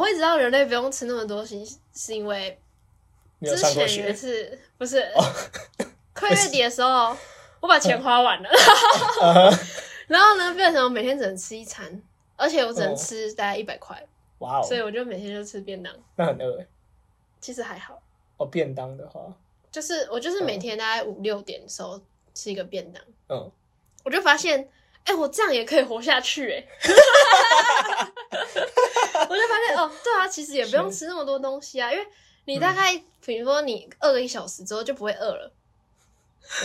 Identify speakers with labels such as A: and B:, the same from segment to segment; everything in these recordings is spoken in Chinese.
A: 会知道人类不用吃那么多心，是因为
B: 你有
A: 之
B: 上
A: 前有
B: 过
A: 一
B: 学？哦
A: 次不是快月底的时候，我把钱花 完了，
B: 嗯
A: 然后呢，变成我每天只能吃一餐，而且我只能
B: 哦
A: 吃大概一百块，
B: 哇哦
A: 所，以我就每天就吃便当。
B: 那很饿欸。
A: 其实还好，
B: 哦，便当的话，
A: 就是我就是每天大概五六点的时候吃一个便当，
B: 嗯，
A: 我就发现，哎、我这样也可以活下去、哎， 我就发现哦，对啊，其实也不用吃那么多东西啊，因为你大概、比如说你饿了一小时之后就不会饿了，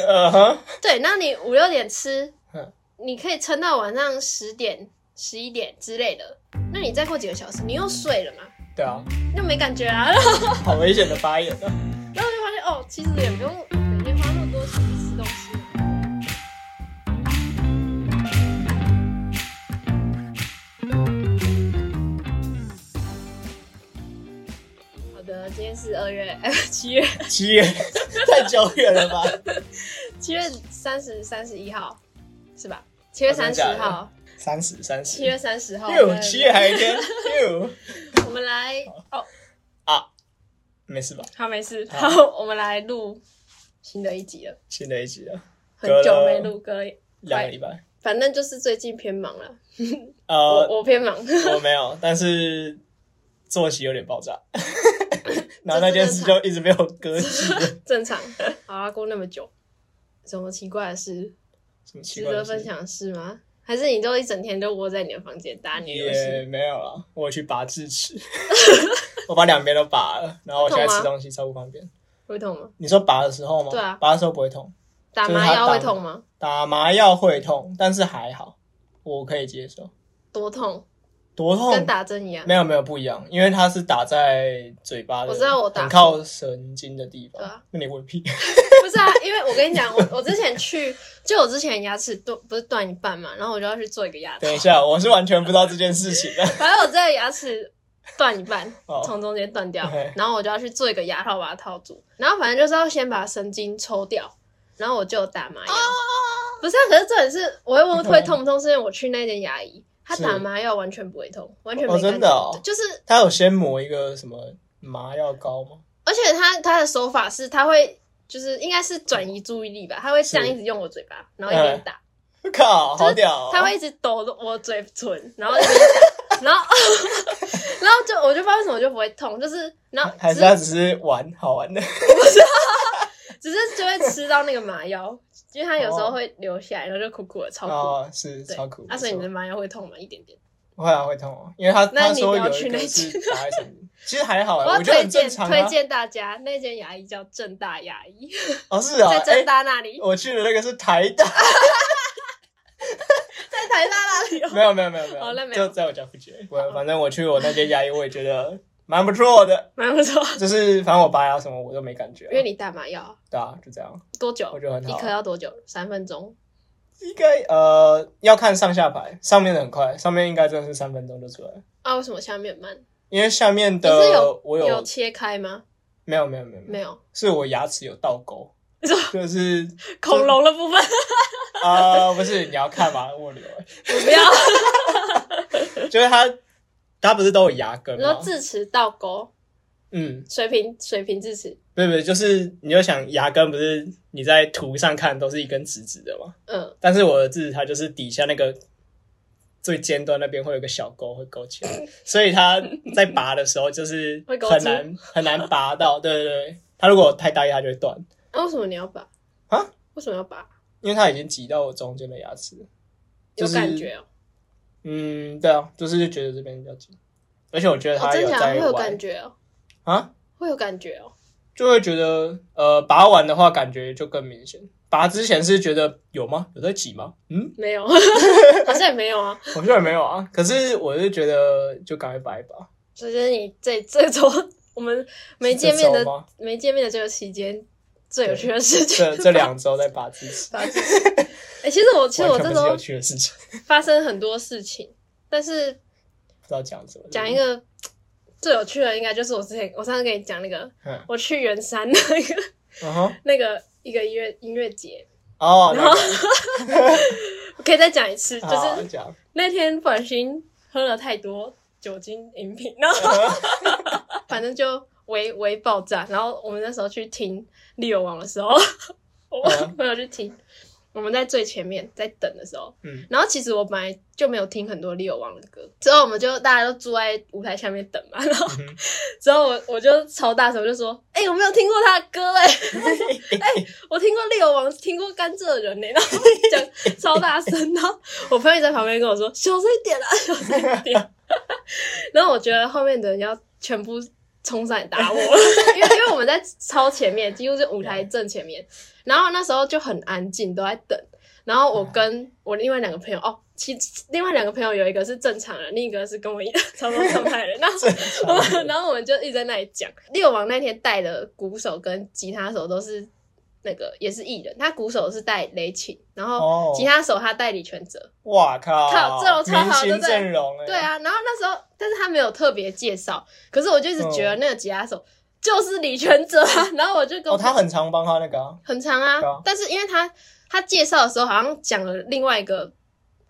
B: 呃哼，
A: 对，那你五六点吃
B: 嗯，
A: 你可以撑到晚上十点、十一点之类的，那你再过几个小时你又睡了嘛，
B: 对啊，
A: 就没感觉啊，然后
B: 好危险的发言啊！
A: 然后就发现哦，其实也不用每天花那么多钱去吃东西。好的，今天是二月， 哎，七月，
B: 七月 太久远了吧？
A: 七月三十、三十一号，是吧？七月
B: 哦真
A: 三
B: 的
A: 十
B: 假的
A: 号，
B: 三十，三十
A: 七，月三十号，
B: 六，
A: 对
B: 七月还有 一天，六
A: 我们来哦，
B: 啊，没事吧？
A: 好，没事，
B: 好
A: 好，我们来录新的一集了，
B: 新的一集啊，
A: 很
B: 隔
A: 久
B: 了
A: 没录歌了，
B: 两个礼拜。
A: 反正就是最近偏忙了，
B: 呃，
A: 我我偏忙，
B: 我没有，但是作息有点 爆炸，然后那件事就一直没有歌记，
A: 正 常。好啊，过那么久，什么奇怪的事？
B: 什么奇
A: 值
B: 怪
A: 得
B: 的
A: 分
B: 事？
A: 享的事吗？还是你都一整天都窝在你的房间打你的游戏？
B: 也没有了，我去拔 智齿， 我把两边都拔了，然后我现在
A: 痛吗
B: 吃东西超不方便。
A: 会痛吗？
B: 你说拔的时候吗？
A: 对啊
B: 拔的时候不会痛，
A: 打麻药会痛吗？
B: 打麻药会痛，但是还好，我可以接受。
A: 多痛，
B: 多痛？
A: 跟打针一样。
B: 没有没有不一样，因为它是打在嘴巴的，
A: 我知道我打
B: 很靠神经的地
A: 对
B: 方
A: 啊。
B: 那你问屁？
A: 不是啊，因为我跟你讲，我我之前去，就我之前牙齿断，不是断一半嘛，然后我就要去做一个牙套
B: 等。一下，我是完全不知道这件事情的。
A: 反正我这个牙齿断一半
B: 哦，
A: 从中间断掉
B: OK，
A: 然后我就要去做一个牙套把它套住，然后反正就是要先把神经抽掉，然后我就打麻药。不是、啊，可是重点是，我会问会痛不痛，是因为我去那间牙医，他
B: 是
A: 打麻药完全不会痛，完全没
B: 哦
A: 感觉，
B: 真的哦
A: 对就是
B: 他有先抹一个什么麻药膏吗？
A: 而且他他的手法是，他会就是应该是转移注意力吧，他会这样
B: 是
A: 一直用我嘴巴，然后一边
B: 嗯
A: 打，
B: 靠，好屌、哦！
A: 他会一直抖我嘴唇，然后 一边打然后 然后就我就不知道为什么我就不会痛，就是然后
B: 还
A: 只
B: 是他只是玩好玩的？
A: 只是就会吃到那个麻 药，因为它有时候会流下来，然后就苦苦的，超苦。
B: 哦，是
A: 对，
B: 超酷。
A: 啊，所以你的
B: 不
A: 麻药会痛吗？一点点。
B: 错会啊会痛哦，因为他
A: 那
B: 他
A: 你不
B: 说
A: 要
B: 有
A: 去
B: 一个
A: 那
B: 是打在神经，其实 还好，
A: 要
B: 啊我觉得
A: 推
B: 很
A: 荐、
B: 正常
A: 推
B: 啊。
A: 荐大家，那间牙医叫正大牙医，
B: 哦，是 啊，
A: 在
B: 哎
A: 正，大那里，
B: 我去的那个是台 大，
A: 在台大那里有。
B: 没有没有没有没
A: 哦那
B: 有，
A: 没有
B: 就在我家附近。我反正我去我那间牙医，我也觉得蛮不错的，
A: 蛮不错，
B: 就是反正我拔牙什么我都没感觉啊，
A: 因为你打麻药
B: 对啊，就这样。
A: 多久
B: 我？觉得很
A: 一
B: 好啊
A: 颗要多久？三分钟。
B: 应该呃要看上下排，上面的很快，上面应该真的是三分钟就出来了，
A: 啊，为什么下面慢？
B: 因为下面
A: 你是
B: 的
A: 有
B: 我
A: 有切开吗？
B: 没有没有没有没有，
A: 没有，
B: 是我牙齿有倒钩，就是
A: 恐龙的部分
B: 啊、呃不是你要看嘛，我留，
A: 我不要。
B: 哦就是它它不是都有牙根
A: 你说
B: 吗？
A: 智齿倒钩，
B: 嗯，
A: 水平水平智齿，
B: 不是不是，就是你就想牙根不是你在图上看都是一根直直的嘛，
A: 嗯，
B: 但是我的智齿它就是底下那个最尖端那边会有个小沟会勾起来，所以它在拔的时候就是
A: 会勾
B: 很
A: 住
B: 难很难拔到。对对对，它如果太大力它就会断，
A: 那、为什么你要拔？
B: 啊？
A: 为什么要拔？
B: 因为它已经挤到我中间的牙齿了。就
A: 有
B: 是
A: 感觉哦。
B: 嗯，对啊，就是觉得这边比较紧，而且我觉得
A: 哦，
B: 它
A: 真假
B: 在
A: 会有
B: 玩
A: 感觉哦，
B: 啊，
A: 会有感觉哦。
B: 就会觉得呃拔完的话感觉就更明显。拔之前是觉得有吗？有在挤吗？嗯，
A: 没 有，好像也没有 啊。
B: 好像也没有啊。可是我是觉得就赶快拔一拔。
A: 所以就是你这这周 我们没见面
B: 是这
A: 的
B: 周吗
A: 没见面的这个期间，最有趣的事情，
B: 这这两周再拔智齿，
A: 哎、其实我 其实我
B: 完
A: 这
B: 全不是有
A: 周
B: 趣的事情，
A: 发生很多事情，但是
B: 不知道讲什么。
A: 讲一，个
B: 嗯
A: 最有趣的，应该就是我之前我上次跟你讲那个
B: 嗯
A: 我去圆山那个
B: 嗯哼，
A: 那个一个音乐音乐节，
B: 哦，
A: 然
B: 那
A: 后
B: 个
A: 我可以再讲一次，就
B: 好
A: 是
B: 讲，
A: 那天不小心喝了太多酒精饮品，然后呃 反正就微微爆炸。然后我们那时候去听利友王的 时候，我
B: 嗯
A: 朋友去听，我们在最前面在等的时候，
B: 嗯
A: 然后其实我本来就没有听很多利友王的歌，之后我们就大家都坐在舞台下面等嘛，然后
B: 嗯哼
A: 之后我我就超大声，我就说：“哎、我没有听过他的歌哎、哎、我听过利友王，听过甘蔗人欸呢、然后讲超大声，然后 我朋友在旁边跟我说：“小声一点啊， 小声一点。” 然后我觉得后面的人要全部冲上来打我， 因为因为我们在超前面，几乎是舞台正前面，然后那时候就很安静，都在等。然后我跟我另外两个朋友，哦，其另外两个朋友有一个是正常人，另一个是跟我一差不多状态的人。那
B: 正
A: 我
B: 常
A: 们然后我 们就一直在那里讲，六王那天带的鼓手跟吉他手都是那个也是艺人，他鼓手是带雷琴，然后
B: 哦
A: 吉他手他带李全哲。
B: 哇靠！
A: 靠这种超好
B: 明
A: 对不
B: 星
A: 对
B: 阵容哎，
A: 对，啊，然后那时候但是他没有特别介绍，可是我就一直觉得那个吉他手就是李全哲 啊，然后我就跟
B: 哦，
A: 我
B: 他很常帮他那个啊，
A: 很长啊
B: 对啊，
A: 但是因为他他介绍的时候好像讲了另外一个，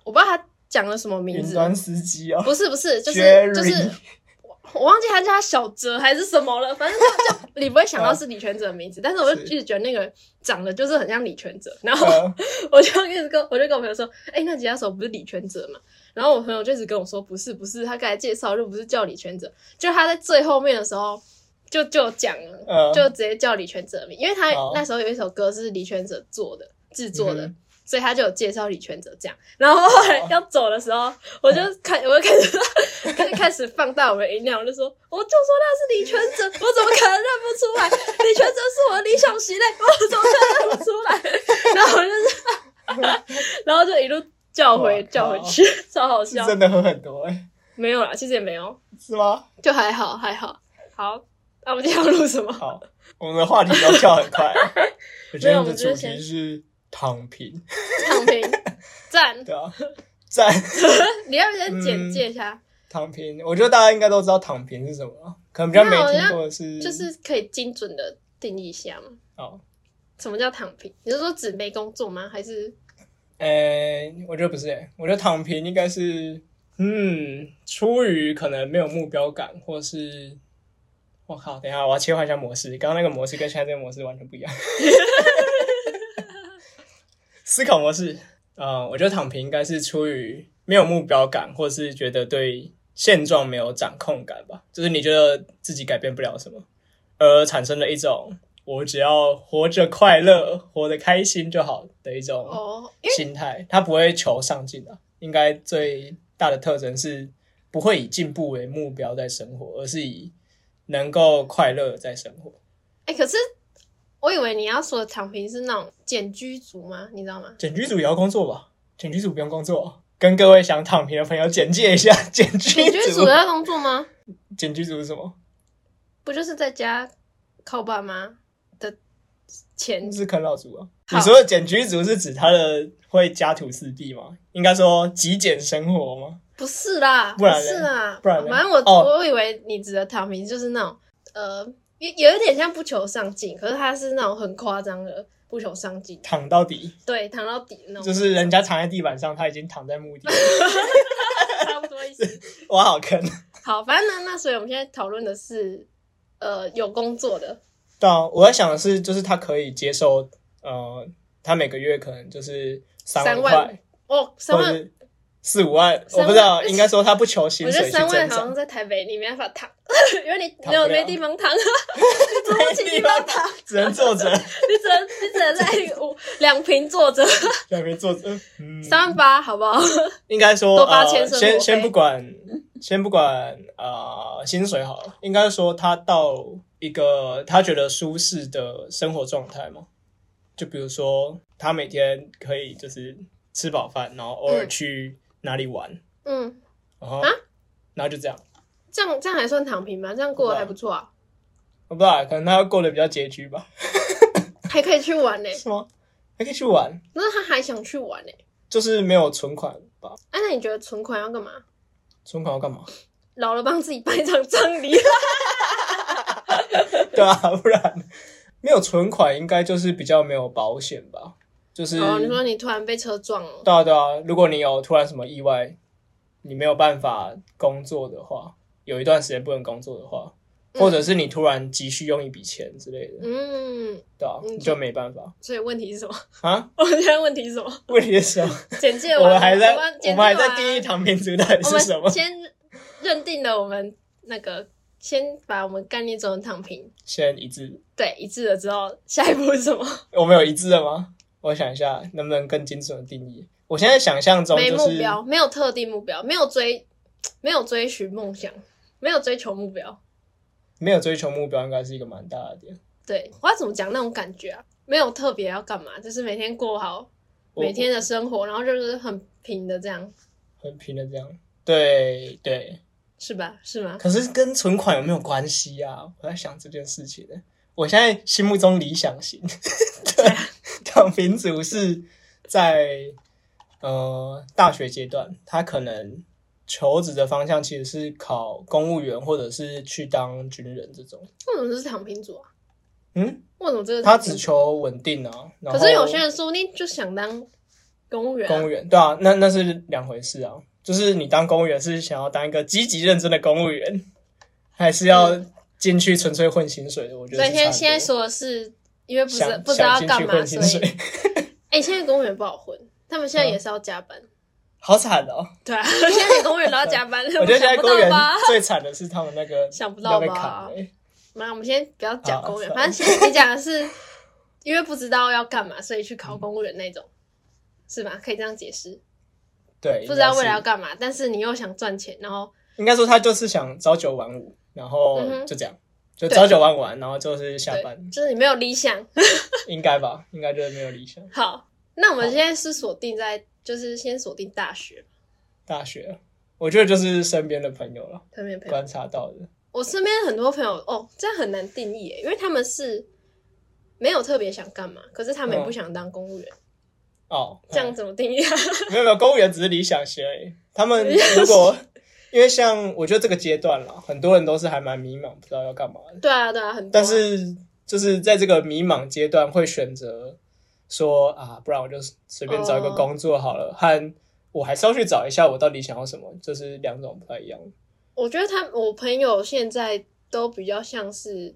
A: 我不知道他讲了什么名
B: 云
A: 字，
B: 端司机 哦，
A: 不是不是，就是
B: Jerry
A: 就是我，我忘记他叫他小哲还是什么了，反正就就 你不会想到是李全哲的名字，但是我就是一直觉得那个长得就是很像李全哲，然后
B: 呃
A: 我就一直跟我就跟我朋友说，哎、那吉他手不是李全哲嘛？然后我朋友就一直跟我说，不是不是，他刚才介绍又不是叫李全哲，就他在最后面的时候就就讲了，
B: 嗯
A: 就直接叫李全哲的名，因为他
B: 好
A: 那时候有一首歌是李全哲做的制作的。
B: 嗯哼哦
A: 所以他就有介绍李全哲这样，然后后来
B: 好
A: 要走的时候，我就
B: 嗯
A: 开，我就开始开开始放大我的音量，我就说，我就说那是李全哲，我怎么可能认不出来？李全哲是我的理想型嘞，我怎么可能认不出来？然后我就是， 然后就一路叫回
B: 哇靠
A: 叫回去，超好
B: 是
A: 笑。
B: 真的喝很多哎，
A: 没有啦，其实也没有，
B: 是吗？
A: 就还好还好。好，那、我们今天要录什么？
B: 好，我们的话题都跳很 快，我觉
A: 没有我
B: 得我们
A: 们
B: 的主
A: 就是先
B: 题是躺平，
A: 躺平， 赞！
B: 对啊，在
A: 你要不要先简
B: 嗯
A: 介一下？
B: 躺平，我觉得大家应该都知道躺平是什么啊，可能比较没
A: 那我
B: 听
A: 要
B: 过的是
A: 就是可以精准的定义一下吗？
B: 哦，
A: 什么叫躺平？你是说指没工作吗？还是
B: 呃，我觉得不是欸，我觉得躺平应该是，嗯，出于可能没有目标感，或是，我靠，等一下我要切换一下模式，刚刚那个模式跟现在这个模式完全不一样，思考模式，呃，我觉得躺平应该是出于没有目标感，或是觉得对现状没有掌控感吧，就是你觉得自己改变不了什么，而产生了一种。我只要活着快乐，活得开心就好的一种
A: 哦？因为
B: 心态，他不会求上进的、应该最大的特征是不会以进步为目标在生活，而是以能够快乐在生活。
A: 哎、可是我以为你要说的躺平是那种简居族吗？你知道吗？
B: 简居组也要工作吧？简居组不用工作。啊跟各位想躺平的朋友简介一下简居
A: 简居
B: 组
A: 族。要工作吗？
B: 简居组是什么？
A: 不就是在家靠爸妈的钱？
B: 是啃老族啊。
A: 好
B: 你说的简居族是指他的会家徒四壁吗？应该说极简生活吗？
A: 不是啦，
B: 不然嘞
A: 是啦，
B: 不然嘞
A: 反正我、
B: 哦
A: 我以为你指的躺平就是那种呃，有有一点像不求上进，可是他是那种很夸张的不求上进，
B: 躺到底，
A: 对，躺到底的那
B: 就
A: 种，
B: 是人家躺在地板上，他已经躺在墓地了。
A: 差不多意思。
B: 我好坑。
A: 好，反正呢，那所以我们现在讨论的是呃有工作的，
B: 对啊，我在想的是，就是他可以接受，呃，他每个月可能就是三
A: 三万
B: 块，
A: 哦，三
B: 或者
A: 万，
B: 是四五万，
A: 三
B: 我
A: 万
B: 不知道，应该说他不求薪
A: 我觉得
B: 水去
A: 三万
B: 增
A: 好像
B: 长，
A: 在台北你没办法躺， 因为你
B: 躺
A: 没有
B: 不了
A: 没地方 躺，你住不起地方躺，
B: 只能 坐着，
A: 你只能你只能在五两平坐着，
B: 两边坐着，嗯，
A: 三万八好不好？
B: 应该说
A: 多八千
B: 呃，
A: 生活
B: 先
A: 费
B: 先不管，先不管呃薪水好了，应该说他到一个他觉得舒适的生活状态嘛，就比如说他每天可以就是吃饱饭，然后偶尔
A: 嗯
B: 去哪里玩，
A: 嗯，
B: 然后、
A: 啊
B: 然后就这样。
A: 这样这样还算躺平吗？这样过得还不错啊，
B: 我不知道，可能他过得比较拮据吧，啊
A: 还可以去玩呢、
B: 是吗？还可以去玩，
A: 那他还想去玩呢、
B: 就是没有存款吧？
A: 哎、那你觉得存款要干嘛？
B: 存款 要干嘛？
A: 老了帮自己办一场葬礼，
B: 对啊，不然没有存款，应该就是比较没有保险吧？就是、
A: 哦哦，你说你突然被车撞了，
B: 对啊对啊，如果你有突然什么意外，你没有办法工作的话，有一段时间不能工作的话，或者是你突然急需用一笔钱之类的，
A: 嗯，
B: 对啊，
A: 嗯
B: 你就没办法
A: 所以问题是什么？
B: 啊。
A: 我现在问题是什么？
B: 问题是什么？
A: 简介
B: 我
A: 完了，
B: 们还在，
A: 我们
B: 我
A: 简
B: 们还
A: 介
B: 在
A: 完
B: 定义躺平族到底
A: 我
B: 是什么
A: 们？先认定了我们那个，先把我们概念中的躺平
B: 先一致，
A: 对一致了之后，下一步是什么？
B: 我们有一致的吗？我想一下，能不能更精准的定义？我现在想象中
A: 没
B: 就
A: 目
B: 是
A: 标，没有特定目标，没有追，没有追寻梦想，没有追求目标。
B: 没有追求目标，应该是一个蛮大的点。
A: 对，我要怎么讲那种感觉啊？没有特别要干嘛，就是每天过好
B: 我
A: 每天的生活，然后就是很平的这样，
B: 很平的这样，对对。
A: 是吧？是吗？
B: 可是跟存款有没有关系啊？我在想这件事情呢。我现在心目中理想型 对躺平族是在呃大学阶段，他可能求职的方向其实是考公务员或者是去当军人这种。
A: 为什么这是躺平族啊？
B: 嗯，
A: 为什么这个是
B: 他
A: 躺平
B: 只
A: 族？
B: 求稳定啊。然后
A: 可是有些人说不定就想当公务员啊、
B: 公务员，对啊，那那是两回事啊。就是你当公务员是想要当一个积极认真的公务员，还是要进去纯粹混薪水的？我觉
A: 嗯
B: 得
A: 所以
B: 是
A: 现
B: 差很
A: 在
B: 多
A: 现在说的是，因为不知
B: 想
A: 不知道
B: 想进
A: 干
B: 去
A: 嘛，
B: 混
A: 所
B: 薪
A: 以
B: 水，
A: 哎、现在公务员不好混，他们现在也是要加班。
B: 嗯好惨 哦！
A: 对啊，现在连公务员都要加班，
B: 我觉得现在
A: 想不
B: 公务
A: 到
B: 员
A: 吧？
B: 最惨的是他们那个
A: 想不到吧
B: 要被砍欸
A: 妈，我们先不要讲
B: 好
A: 公务员，
B: 啊算
A: 反正现在你讲的是，因为不知道要干嘛，所以去考公务员那种，是吧？可以这样解释，
B: 对，
A: 不知道未来
B: 应该
A: 要
B: 是
A: 干嘛，但是你又想赚钱，然后
B: 应该说他就是想朝九晚五，然后
A: 嗯哼
B: 就这样，就
A: 对
B: 朝九晚五啊完，然后就是下
A: 对
B: 班，，
A: 就是你没有理想。
B: 应该吧？应该就是没有理想。
A: 好，那我们
B: 好
A: 现在是锁定在，就是先锁定大学，
B: 大学，我觉得就是身边的朋友了，
A: 身边朋友。
B: 观察到的。
A: 我身边很多朋友哦，这样很难定义耶，因为他们是没有特别想干嘛，可是他们也
B: 嗯
A: 不想当公务员，
B: 哦，
A: 这样怎么定义啊？
B: 没有没有，公务员只是理想型而已。他们 如果因为像我觉得这个阶段啦，很多人都是还蛮迷茫，不知道要干嘛的。
A: 对啊，对啊，很多啊
B: 但是就是在这个迷茫阶段，会选择说啊，不然我就随便找一个
A: 哦
B: 工作好了，和我还是要去找一下我到底想要什么，这、是两种不太一样。
A: 我觉得他我朋友现在都比较像是，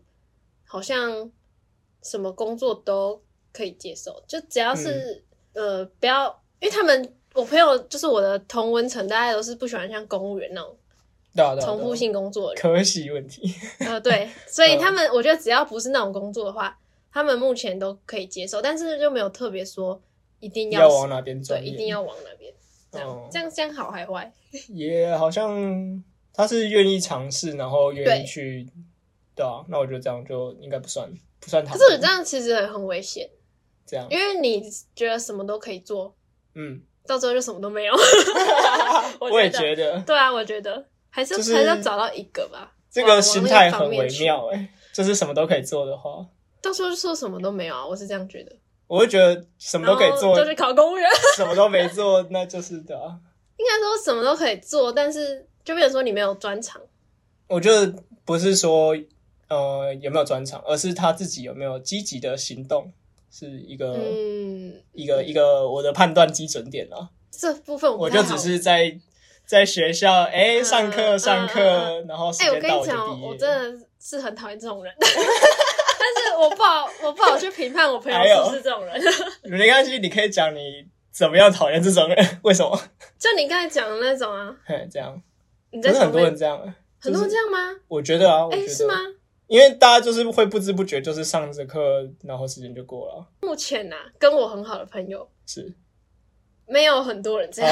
A: 好像什么工作都可以接受，就只要
B: 嗯
A: 是、呃不要，因为他们我朋友就是我的同温层，大家都是不喜欢像公务员那种
B: 对啊，对啊
A: 重复。性工作的人
B: 对啊可喜问题，
A: 呃，对，所
B: 嗯
A: 以他们我觉得只要不是那种工作的话，他们目前都可以接受，但是就没有特别说一定
B: 要
A: 要
B: 往哪边转？
A: 对，一定要往那边。这样、
B: 哦
A: 这样这样好还坏？
B: 也好像他是愿意尝试，然后愿
A: 对
B: 意去，对啊，那我觉得这样就应该不算不算他。
A: 可是我觉得这样其实也很危险，
B: 这样，
A: 因为你觉得什么都可以做，
B: 嗯，
A: 到最后就什么都 没有。
B: 我也
A: 得，
B: 觉得
A: 对啊，我觉得还是、
B: 就是
A: 还是要找到一个吧。
B: 这
A: 往
B: 个心
A: 往那
B: 态很微，
A: 个方面去
B: 妙哎、就是什么都可以做的话，
A: 到时候就说什么都没有啊，我是这样觉得。
B: 我会觉得什么都可以
A: 然
B: 做
A: 后，就去考公务员。
B: 什么都没做，那就是的、啊。
A: 应该说什么都可以做，但是就变成说你没有专长。
B: 我觉得不是说呃有没有专长，而是他自己有没有积极的行动，是一个、
A: 嗯，
B: 一个一个我的判断基准点啊。
A: 这部分我不
B: 我
A: 太
B: 就
A: 好
B: 只是在在学校哎、
A: 嗯
B: 上课
A: 嗯
B: 上课，
A: 嗯
B: 然后时
A: 哎、我
B: 间
A: 跟
B: 到
A: 你
B: 我就
A: 讲哦，
B: 毕业。
A: 我真的是很讨厌这种人， 但是我不好，我不好去评判我朋友
B: 还有
A: 是不是这种人。
B: 没关系，你可以讲你怎么样讨厌这种人， 为什么？
A: 就你刚才讲的那种啊，
B: 嘿这样，
A: 你在
B: 可是
A: 想
B: 很多人这样、啊，
A: 很多人这样吗？
B: 我觉得啊，我
A: 哎、
B: 觉得
A: 是吗？
B: 因为大家就是会不知不觉就是上着课，然后时间就过了，
A: 目前呐、啊，跟我很好的朋友
B: 是
A: 没有很多人这样，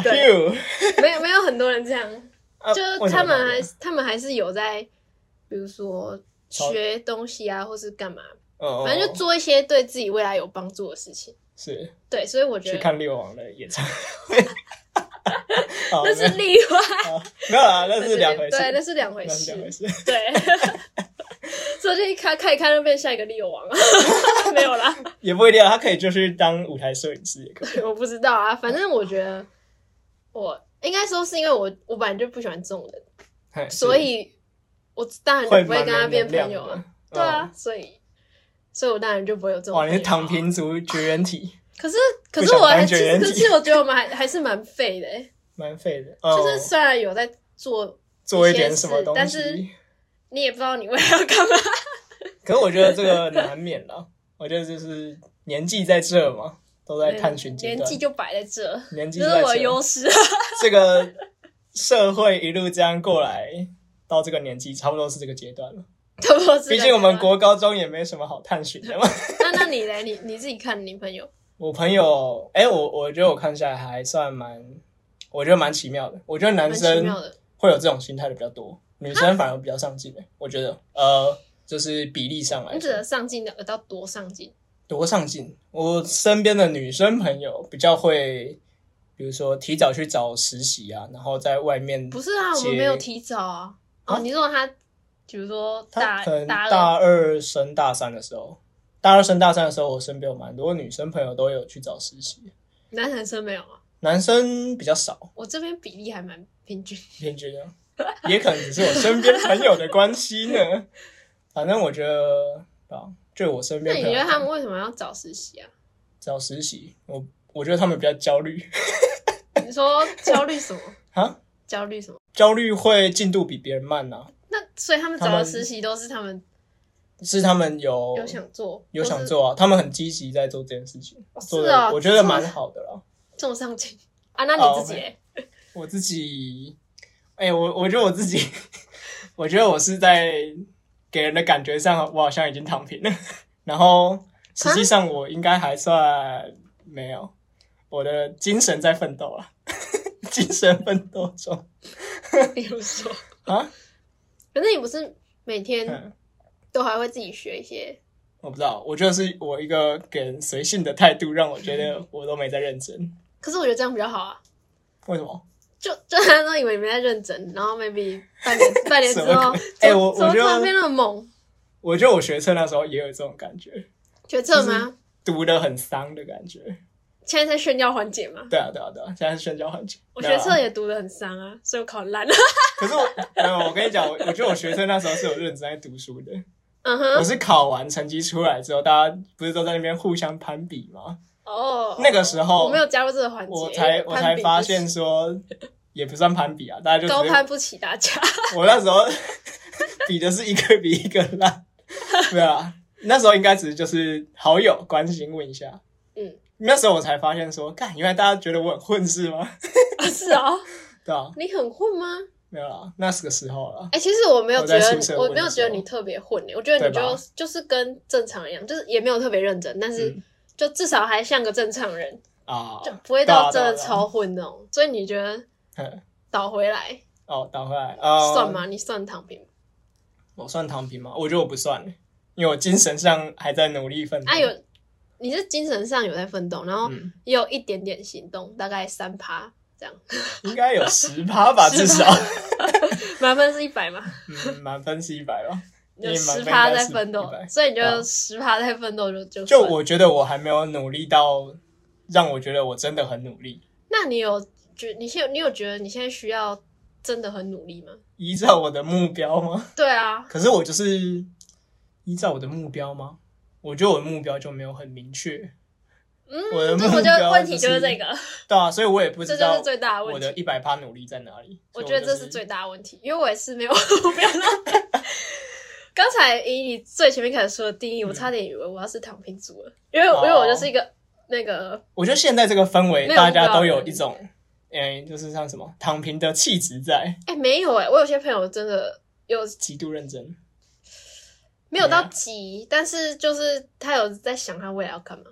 A: 对
B: ，you，
A: 没有没有很多人这样，
B: 啊
A: 就是
B: 为什
A: 他
B: 么
A: 们
B: 讨
A: 还
B: 厌
A: 他们还是有在，比如说
B: 超
A: 学东西啊，或是干嘛，
B: 嗯
A: 反正就
B: 嗯
A: 做一些对自己未来有帮助的事情。
B: 是
A: 对，所以我觉
B: 去
A: 得
B: 看六王的演唱会， 好
A: 那是例外。
B: 没有没有啦， 那是两回事，
A: 对，那是两回
B: 那是两回
A: 事。
B: 事。
A: 对， 所以就一看看一看就变下一个利友王了，啊 没有啦，
B: 也不一定啊，他可以就是当舞台摄影师也可以。
A: 我不知道啊。反正我觉得我应该说是因为我我本来就不喜欢这种人，
B: 嘿是
A: 所以我当然就
B: 会
A: 不会跟他变朋友
B: 啊
A: 啊。。对啊，所以所以我当然就不会有这
B: 嗯，
A: 种
B: 哇，
A: 朋友啊。
B: 你是躺平族绝缘体，
A: 可是可
B: 不
A: 是
B: 想
A: 我还
B: 当
A: 其
B: 绝缘
A: 实
B: 体
A: 可是我觉得我们还还是蛮废的欸。
B: 蛮废的，哦
A: 就是虽然有在做，
B: 做一点什么东西，
A: 但是你也不知道你未来要干嘛。
B: 可是我觉得这个难免啦，我觉得就是年纪在这嘛，都在探寻阶
A: 年
B: 段
A: 纪，就摆在这，
B: 年纪
A: 这是
B: 在
A: 我的
B: 这，
A: 优势。
B: 这个社会一路这样过来，到这个年纪差不多是这个阶段了。
A: 差不多是
B: 毕
A: 在
B: 竟我们
A: 这
B: 国高中也没什么好探寻的嘛。
A: 那那你嘞？你你自己看你朋友，
B: 我朋友，哎、我我觉得我看下来还算蛮，我觉得蛮奇妙的。我觉得
A: 蛮
B: 男
A: 奇
B: 生
A: 妙的。
B: 会有这种心态的比较多，女生反而比较上进、欸。我觉得，呃，就是比例上来
A: 你指
B: 说，
A: 的上进两个到多上进？
B: 多上进。我身边的女生朋友比较会，比如说提早去找实习啊，然后在外面
A: 不是啊，我
B: 接
A: 们没有提早啊。
B: 啊
A: 哦，你说他，比如说
B: 他
A: 大
B: 可能
A: 大
B: 大二升大三的时候，大二升大三的时候，我身边有蛮多女生朋友都有去找实习，
A: 男男生没有啊？
B: 男生比较少，
A: 我这边比例还蛮平均。
B: 平均 啊，也可能只是我身边朋友的关系呢。反正我觉得啊，就我身
A: 那
B: 边
A: 你
B: 朋
A: 觉
B: 友
A: 得他们为什么要找实习啊？
B: 找实习，我我觉得他们比较焦虑
A: 你说焦虑什么？
B: 啊，
A: 焦虑什么？
B: 焦虑会进度比别人慢啊呐、
A: 那所以他们找
B: 他
A: 的
B: 们
A: 实习都是他们
B: 是他们有
A: 有想做，
B: 有想
A: 都是
B: 做啊，他们很积极在做这件事情，
A: 哦
B: 做
A: 是
B: 的、
A: 啊
B: 我觉得
A: 这么
B: 蛮好的啦。
A: 这么上进啊？那你自己
B: 哦
A: 嘞
B: 我自己，哎、我我觉得我自己， 我觉得我是在给人的感觉上，我好像已经躺平了。然后实际上我应该还算没有，我的精神在奋斗啊， 精神奋斗中
A: 比如说，
B: 啊。
A: 可是你不是每天
B: 嗯，
A: 都还会自己学一些？
B: 我不知道，我觉得是我一个给人随性的态度，让我觉得我都没在认真。
A: 可是我觉得这样比较好啊。
B: 为什么？
A: 就 就他都以为你们在认真，然后 maybe 半年半年之
B: 什么
A: 后
B: 鬼，哎我
A: 怎么
B: 我
A: 突
B: 觉得
A: 然变那么猛？
B: 我觉得我学车那时候也有这种感觉，
A: 决策吗？
B: 读的很丧的感觉。
A: 现在在炫耀环节吗？
B: 对啊，对啊，对啊，现在是宣教环节。
A: 我
B: 没有
A: 学
B: 啦
A: 测也读得很伤啊，所以我考很 烂。
B: 可是我没有，我跟你讲，我我觉得我学生那时候是有认真在读书的。
A: 嗯
B: 我
A: 哼，
B: 是考完成绩出来之后，大家不是都在那边互相攀比吗？
A: 哦，
B: 那个时候
A: 我没有加入这个环节，
B: 我才我
A: 攀比不
B: 才
A: 起
B: 发现说，也不算攀比啊，大家就
A: 高
B: 只是
A: 攀不起大家。
B: 我那时候 比的是一个比一个烂，没有啊。那时候应该只是就是好友关心问一下，
A: 嗯，
B: 那时候我才发现说，干，原来大家觉得我很混是吗？
A: 啊是哦，
B: 对啊，
A: 你很混吗？
B: 没有啦，那是个时候了。
A: 哎、其实我没有觉
B: 我在宿舍
A: 得，我
B: 混的
A: 没有觉得你特别混、欸，我觉得你
B: 对吧
A: 就就是跟正常人一样，就是也没有特别认真，但是
B: 嗯
A: 就至少还像个正常人，
B: 啊，
A: 就不会到
B: 对
A: 真
B: 啊
A: 的
B: 对啊
A: 超混那种。所以你觉得
B: 嗯
A: 倒回来、
B: 哦，倒回来啊，
A: 算吗？你算躺平吗？
B: 我算躺平吗？我觉得我不算，因为我精神上还在努力奋斗。
A: 啊，有你是精神上有在奋斗，然后
B: 嗯
A: 也有一点点行动，大概三趴这样，
B: 应该有十趴吧，至少。
A: 满分是一百嘛，
B: 嗯，满分是一百吧。
A: 有
B: 你满
A: 十
B: 分
A: 趴
B: 应该
A: 在
B: 是
A: 奋斗，
B: 100
A: 所以你就
B: 啊
A: 十趴在奋斗就就
B: 就
A: 算
B: 我觉得我还没有努力到让我觉得我真的很努力。
A: 那你有觉你现你有觉得你现在需要真的很努力吗？
B: 依照我的目标吗？
A: 对啊，
B: 可是我就是依照我的目标吗？我觉得我的目标就没有很明确。
A: 嗯，
B: 我的目
A: 对，我觉得
B: 标
A: 问题就
B: 就
A: 是是这个，
B: 对啊，所以我也不
A: 这
B: 知
A: 就
B: 道
A: 是最大的
B: 我
A: 问
B: 的
A: 题。
B: 一百趴努力在哪里。
A: 我
B: 所以
A: 觉得这
B: 就是
A: 最大的问题，因为我也是没有目标 的。刚才以你最前面开始说的定义，我差点以为我要是躺平族了，因为、
B: 嗯哦
A: 因为我就是一个那个
B: 我觉得现在这个氛围，
A: 没有
B: 大家都
A: 目标
B: 有
A: 的
B: 一种，嗯、就是像什么躺平的气质在，
A: 哎、没有哎、我有些朋友真的有
B: 极度认真。
A: 没有到
B: 对啊
A: 急，但是就是他有在想他未来要干嘛，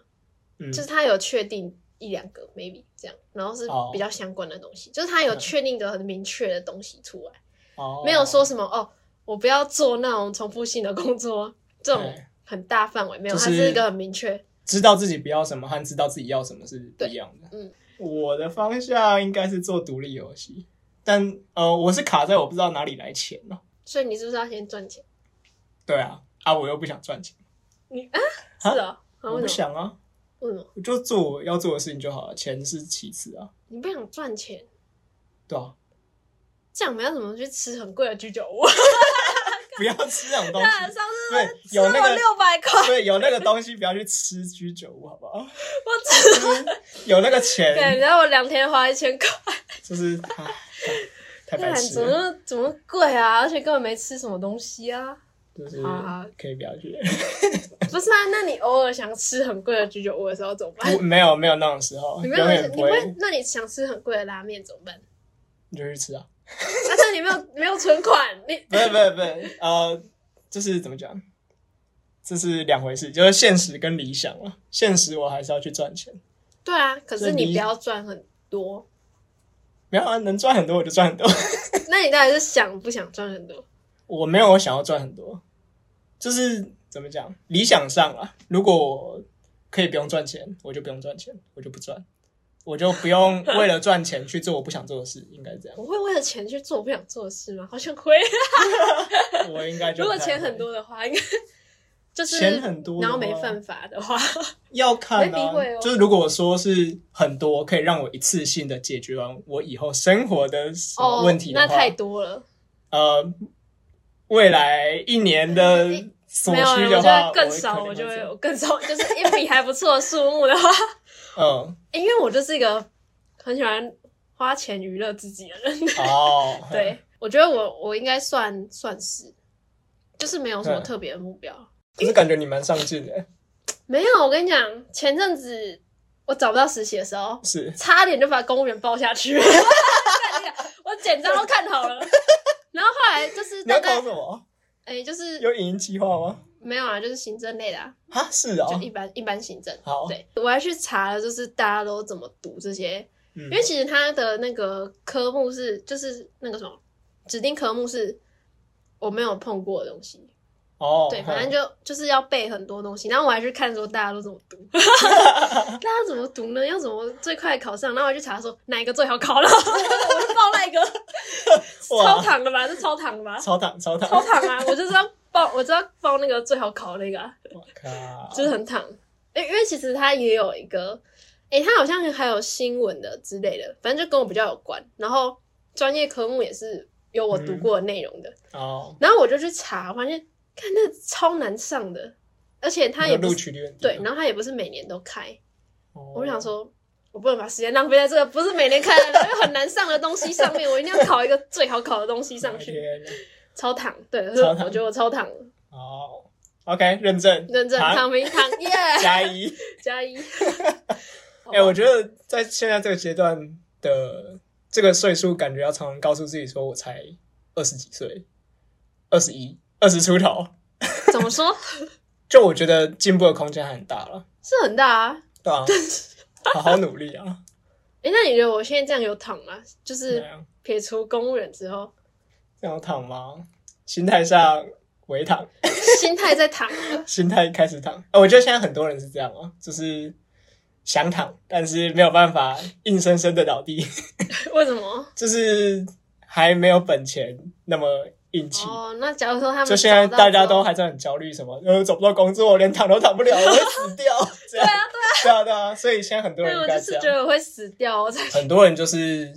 B: 嗯，
A: 就是他有确定一两个 maybe 这样，然后是
B: 哦
A: 比较相关的东西，就是他有
B: 嗯
A: 确定的很明确的东西出来。
B: 哦
A: 没有说什么哦，我不要做那种重复性的工作，这种
B: 对
A: 很大范围没有，
B: 就
A: 它
B: 是
A: 是一个很明确。
B: 知道自己不要什么和知道自己要什么是不一样的。
A: 对嗯，
B: 我的方向应该是做独立游戏，但呃，我是卡在我不知道哪里来钱呢、
A: 所以你是不是要先赚钱？
B: 对啊，啊，我又不想赚钱，
A: 你啊，是
B: 啊
A: 哦，啊
B: 我不
A: 为什么？
B: 想啊，
A: 为什么？
B: 我就做我要做的事情就好了，钱是其次啊。
A: 你不想赚钱？
B: 对 啊，
A: 这样我们要怎么去吃很贵的居酒屋？
B: 不要吃那种东
A: 看
B: 西。
A: 上次
B: 对，
A: 吃
B: 有
A: 我
B: 那个
A: 六百 块，
B: 对有那个东西不要去吃居酒屋，好不好？
A: 我只
B: 有那
A: 对，
B: 个钱，
A: 然后我两天花一千块，
B: 就是唉太白
A: 然
B: 痴
A: 怎
B: 了，
A: 么怎么贵啊？而且根本没吃什么东西啊！
B: 就是
A: 好好
B: 可以不要去。
A: 不是啊，那你偶尔想吃很贵的居酒屋的时候怎么办
B: 不？没有没有那种时候，
A: 啊你
B: 永
A: 没有，
B: 远
A: 你不
B: 会
A: 会？那你想吃很贵的拉面怎么办？啊
B: 你就去吃啊。
A: 但是你没有没有存款， 你
B: 不是不是不是，呃，就是怎么讲，这是两回事，就是现实跟理想了。现实我还是要去赚钱，
A: 对啊，可
B: 所
A: 是
B: 以
A: 你
B: 你
A: 不要赚很多。
B: 没有啊，能赚很多我就赚很多。
A: 那你到底是想不想赚很多？
B: 我没有我想要赚很多，就是怎么讲，理想上啊，如果我可以不用赚钱，我就不用赚钱，我就不赚，我就不用为了赚钱去做我不想做的事，应该这样。
A: 我会为了钱去做我不想做的事吗？好 像亏。
B: 我应该就
A: 如果
B: 不太
A: 钱
B: 会
A: 很，多的话， 应该就是
B: 钱很多的
A: 然
B: 话
A: 后没犯法的话，
B: 要看
A: 会
B: 啊
A: 避讳哦，
B: 就是如果我说是很多，可以让我一次性的解决完我以后生活的什么
A: 哦
B: 问题，的话，
A: 那太多了。
B: 呃，未来一年的所
A: 没有，啊
B: 需
A: 我觉
B: 的话，
A: 得
B: 我
A: 更少，
B: 可
A: 我
B: 能
A: 就会
B: 这样
A: 我更少，就是一笔还不错的数目的话，
B: 嗯
A: 因为我就是一个很喜欢花钱娱乐自己的人。
B: 哦，
A: 对，我觉得我我应该算算是，就是没有
B: 嗯
A: 什么特别的目标。
B: 可是感觉你蛮上进的，
A: 没有，我跟你讲，前阵子我找不到实习的时候，
B: 是
A: 差点就把公务员报下 去了。看一下我简章都看好了，然后后来就是
B: 你要
A: 大
B: 考
A: 概
B: 什么？
A: 哎、就是
B: 有影音计划吗？
A: 没有啊，就是行政类的、啊，
B: 啊，是啊、
A: 就
B: 哦
A: 一，般、一般行政。
B: 好，
A: 对，我还去查了，就是大家都怎么读这些，
B: 因
A: 因为其实它的那个科目是就是那个什么指定科目是我没有碰过的东西，
B: 哦，
A: 对，反正
B: 就
A: 就就是要背很多东西，然后我还去看说大家都怎么 读，大家怎么读呢？要怎么最快考上？然后我还去查说哪一个最好考，然后 我就报那一个，超
B: 哇，
A: 糖的吧？是超糖的吧？
B: 超糖超糖，
A: 超糖啊！我就知道报，我知道报那个最好考的那个啊、
B: 我靠，
A: 就是很躺。因为因为其实它也有一个，诶、它好像还有新闻的之类的，反正就跟我比较有关。然后专业科目也是有我
B: 嗯
A: 读过的内容的。
B: 哦，
A: 然后我就去查，发现看那超难上的，而且它也
B: 你的
A: 不
B: 录
A: 是
B: 取率很低
A: 对，，然后它也不是每年都开。
B: 哦
A: 我就想，说，我不能把时间浪费在这个不是每年开的， 因为很难上的东西上面，我一定要考一个最好考的东西上去，
B: 天哪
A: 超躺。对，我
B: 超躺
A: 觉得我超躺了，
B: 哦，OK，认证
A: 认真
B: 糖
A: 躺平 躺耶
B: 加一。
A: 加一。
B: 哎、我觉得在现在这个阶段的这个岁数，感觉要常常告诉自己说，我才二十几岁，二十一、二十出头，
A: 怎么说？
B: 就我觉得进步的空间还很大了，
A: 是很大啊。
B: 对啊，好好努力啊，
A: 哎、那你觉得我现在这样有躺吗？就
B: 这
A: 是
B: 样
A: 撇除公务员之后，
B: 这样有躺吗？心态上微躺，
A: 心态在躺了。
B: 心态开始躺、呃我觉得现在很多人是这样啊，就是想躺，但是没有办法硬生生的倒地，
A: 为什么？
B: 就是还没有本钱那么硬气。
A: 哦，那假如说他们
B: 就现在
A: 找到
B: 大家
A: 之后
B: 都还在很焦虑，什么呃找不到工作，连躺都躺不了，我会死掉。 对啊，对啊，对啊，对啊。所以现在很多
A: 对，
B: 人
A: 我就
B: 应该
A: 是
B: 这
A: 觉
B: 样，
A: 得我会死掉，我才
B: 很多人就是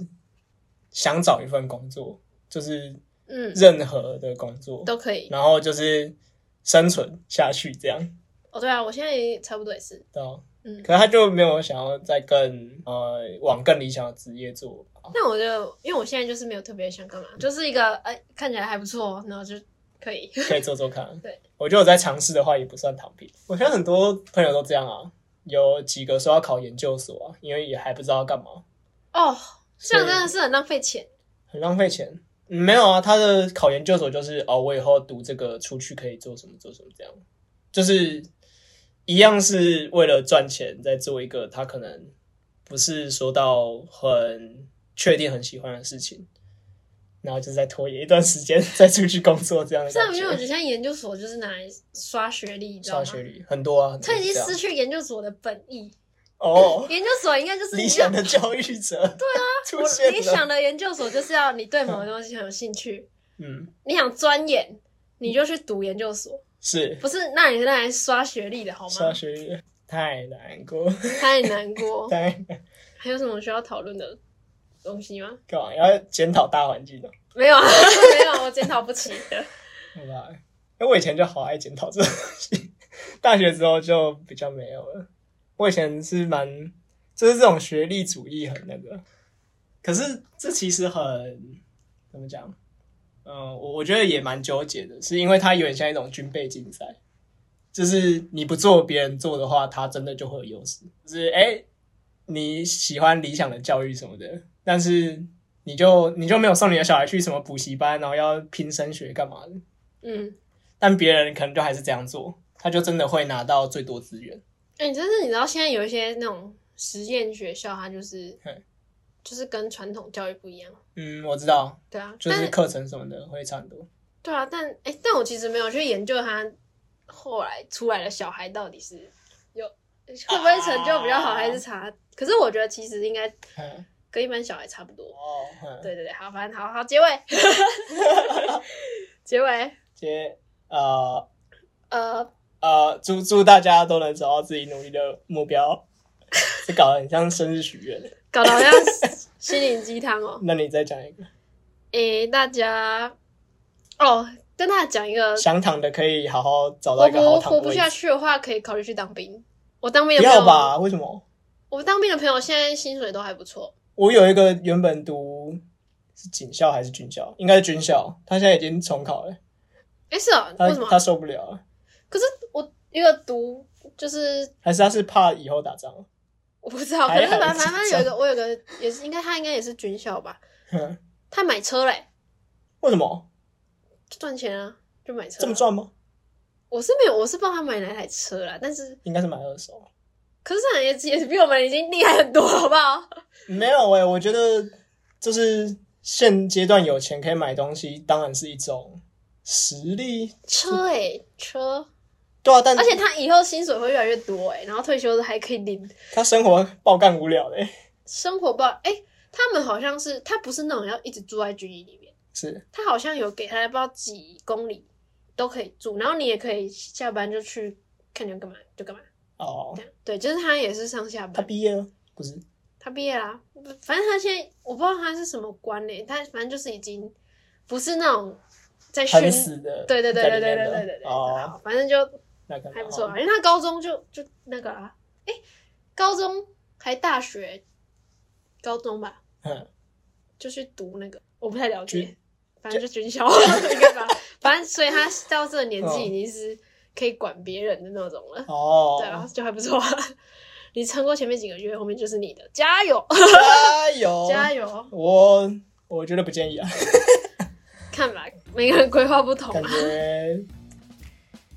B: 想找一份工作，就是
A: 嗯
B: 任何的工作，
A: 都可以。
B: 然后就是生存下去这样，
A: 哦，对啊，我现在也差不多也是，
B: 对啊。
A: 嗯。
B: 可是他就没有想要再更呃往更理想的职业做吧。
A: 那我就因为我现在就是没有特别想干嘛，就是一个哎、看起来还不错，然后就可以。
B: 可以做做看。
A: 对，
B: 我觉得我在尝试的话也不算躺平。我现在很多朋友都这样啊，有几个说要考研究所啊，因为也还不知道要干嘛，
A: 哦，这样
B: 所以
A: 真的是很浪费钱。
B: 很浪费钱。嗯没有啊，他的考研究所就是哦，我以后读这个出去可以做什么做什么，这样就是一样是为了赚钱在做一个他可能不是说到很确定很喜欢的事情，然后就再拖延一段时间 再出去工作这样的
A: 这样，
B: 感
A: 因为我觉
B: 觉。
A: 得现在研究所就是拿来刷学历，你知道
B: 刷
A: 吗？
B: 学历很多啊，很多
A: 他已经
B: 这样
A: 失去研究所的本意。
B: 哦，
A: 研究所应该就是
B: 理
A: 你
B: 想
A: 要
B: 的教育者，对啊， 出
A: 我
B: 现
A: 理
B: 了，
A: 想的研究所就是要你对某个东西很有兴 趣，
B: 嗯，
A: 你想钻研，你就去读研究所，
B: 是
A: 不是那你是拿来刷学历的好
B: 刷
A: 吗？
B: 学历太难过，
A: 太难过。
B: 太难
A: 还有什么需要讨论的东西吗？
B: 干嘛？要检讨大环境的，
A: 没有啊，没有，我检讨不起。
B: 好吧？因为我以前就好爱检讨这种东西，大学之后就比较没有了。我以前是蛮，就是这种学历主义很那个，可是这其实很怎么讲？嗯、我我觉得也蛮纠结的，是因为它有点像一种军备竞赛，就是你不做别人做的话，他真的就会有优势。就是哎、诶你喜欢理想的教育什么的，但是你就你就没有送你的小孩去什么补习班，然后要拼升学干嘛的？
A: 嗯，
B: 但别人可能就还是这样做，他就真的会拿到最多资源。
A: 哎、就是你知道现在有一些那种实验学校，它就是
B: 嘿
A: 就是跟传统教育不一样，
B: 嗯，我知道，
A: 对啊，
B: 就
A: 但
B: 是课程什么的会差很多。
A: 对啊，但哎、但我其实没有去研究他后来出来的小孩到底是有会不会成就比较好，
B: 啊
A: 还是差。可是我觉得其实应该
B: 嗯
A: 跟一般小孩差不多。
B: 哦，嗯
A: 对对对，好，反正好好结尾，结尾，
B: 接呃
A: 呃，
B: 呃，祝祝大家都能找到自己努力的目标，这搞得很像生日许愿。
A: 搞得好像心灵鸡汤哦。
B: 那你再讲一个，
A: 诶、大家哦，跟大家讲一个，
B: 想躺的可以好好找到
A: 活
B: 一个好
A: 不
B: 躺
A: 活
B: 的
A: 不
B: 位
A: 下
B: 置。
A: 去的话，可以考虑去当兵。我当兵
B: 不
A: 的朋
B: 要
A: 友，
B: 吧？为什么？
A: 我当兵的朋友现在薪水都还不错。
B: 我有一个原本读是警校还是军校，应该是军校，他现在已经重考了，
A: 诶、是啊，
B: 他
A: 为什么？
B: 他受不了了，
A: 可是我一个读就是
B: 还是他是怕以后打仗？
A: 我不知道，可
B: 还
A: 是
B: 好
A: 反
B: 是
A: 反正有一个我有个也是应该他应该也是军校吧，
B: 哼
A: 他买车嘞，
B: 为什么
A: 就赚钱啊，就买车、
B: 这么？赚吗？
A: 我是没有，我是不知道他买哪台车啦，但是
B: 应该是买二手。
A: 可是这样也也比我们已经厉害很多了，好不好？
B: 没有诶、我觉得就是现阶段有钱可以买东西，当然是一种实力。
A: 车诶、车，
B: 对啊，但
A: 而且他以后薪水会越来越多欸诶、然后退休的还可以领，
B: 他生活爆干无聊的、
A: 生活不好诶、他们好像是他不是那种要一直住在军营里面，
B: 是
A: 他好像有给他不知道几公里都可以住，然后你也可以下班就去看你要干嘛就干嘛。
B: 哦
A: 这。样对，就是他也是上下
B: 他
A: 班，
B: 毕业了，不是？
A: 他毕业啦，不反正他现在我不知道他是什么官嘞、他反正就是已经不是那种在训，
B: 很死的，
A: 对对对
B: 在
A: 对
B: 里
A: 对
B: 面
A: 对
B: 的
A: 对对对，
B: 哦，
A: 好，反正就
B: 那可能
A: 还不错
B: 哦
A: 啊，因为他高中就就那个啦，哎、高中还大学，高中吧，
B: 嗯，
A: 就去读那个，我不太了解
B: 军，
A: 反正就军校 应该吧，反正所以他到这个年纪
B: 嗯
A: 已经是可以管别人的那种了。对啊
B: 哦，，
A: 就还不错、啊。你撑过前面几个月，后面就是你的，加油，
B: 哦加油，
A: 加油！
B: 我我觉得不建议啊，
A: 看吧，每个人规划不同
B: 感
A: 啊，
B: 觉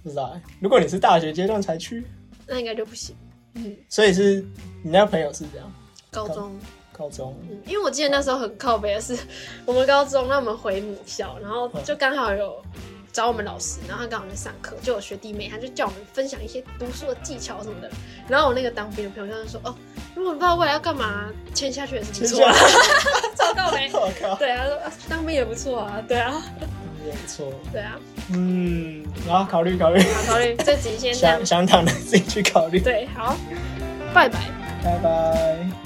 B: 不知道欸。如果你是大学阶段才去，
A: 那应该就不行。嗯，
B: 所以是你那朋友是这样，
A: 高中，
B: 高中
A: 嗯，因为我记得那时候很靠北的是，我们高中，那我们回母校，然后就刚好有找我们老师，然后他刚好在上课，就有学弟妹，他就叫我们分享一些读书的技巧什么的。然后我那个当兵的朋友他就说，哦，如果你不知道未来要干嘛，签下去也是不错啊，超靠北。
B: 我靠，
A: 对啊，他说 啊当兵也不错啊，对啊，
B: 也不错。
A: 对啊。
B: 嗯，好，考虑考虑，
A: 好，考虑这集先这样
B: 想。想躺的自己去考虑。
A: 对，好，拜拜。
B: 拜拜。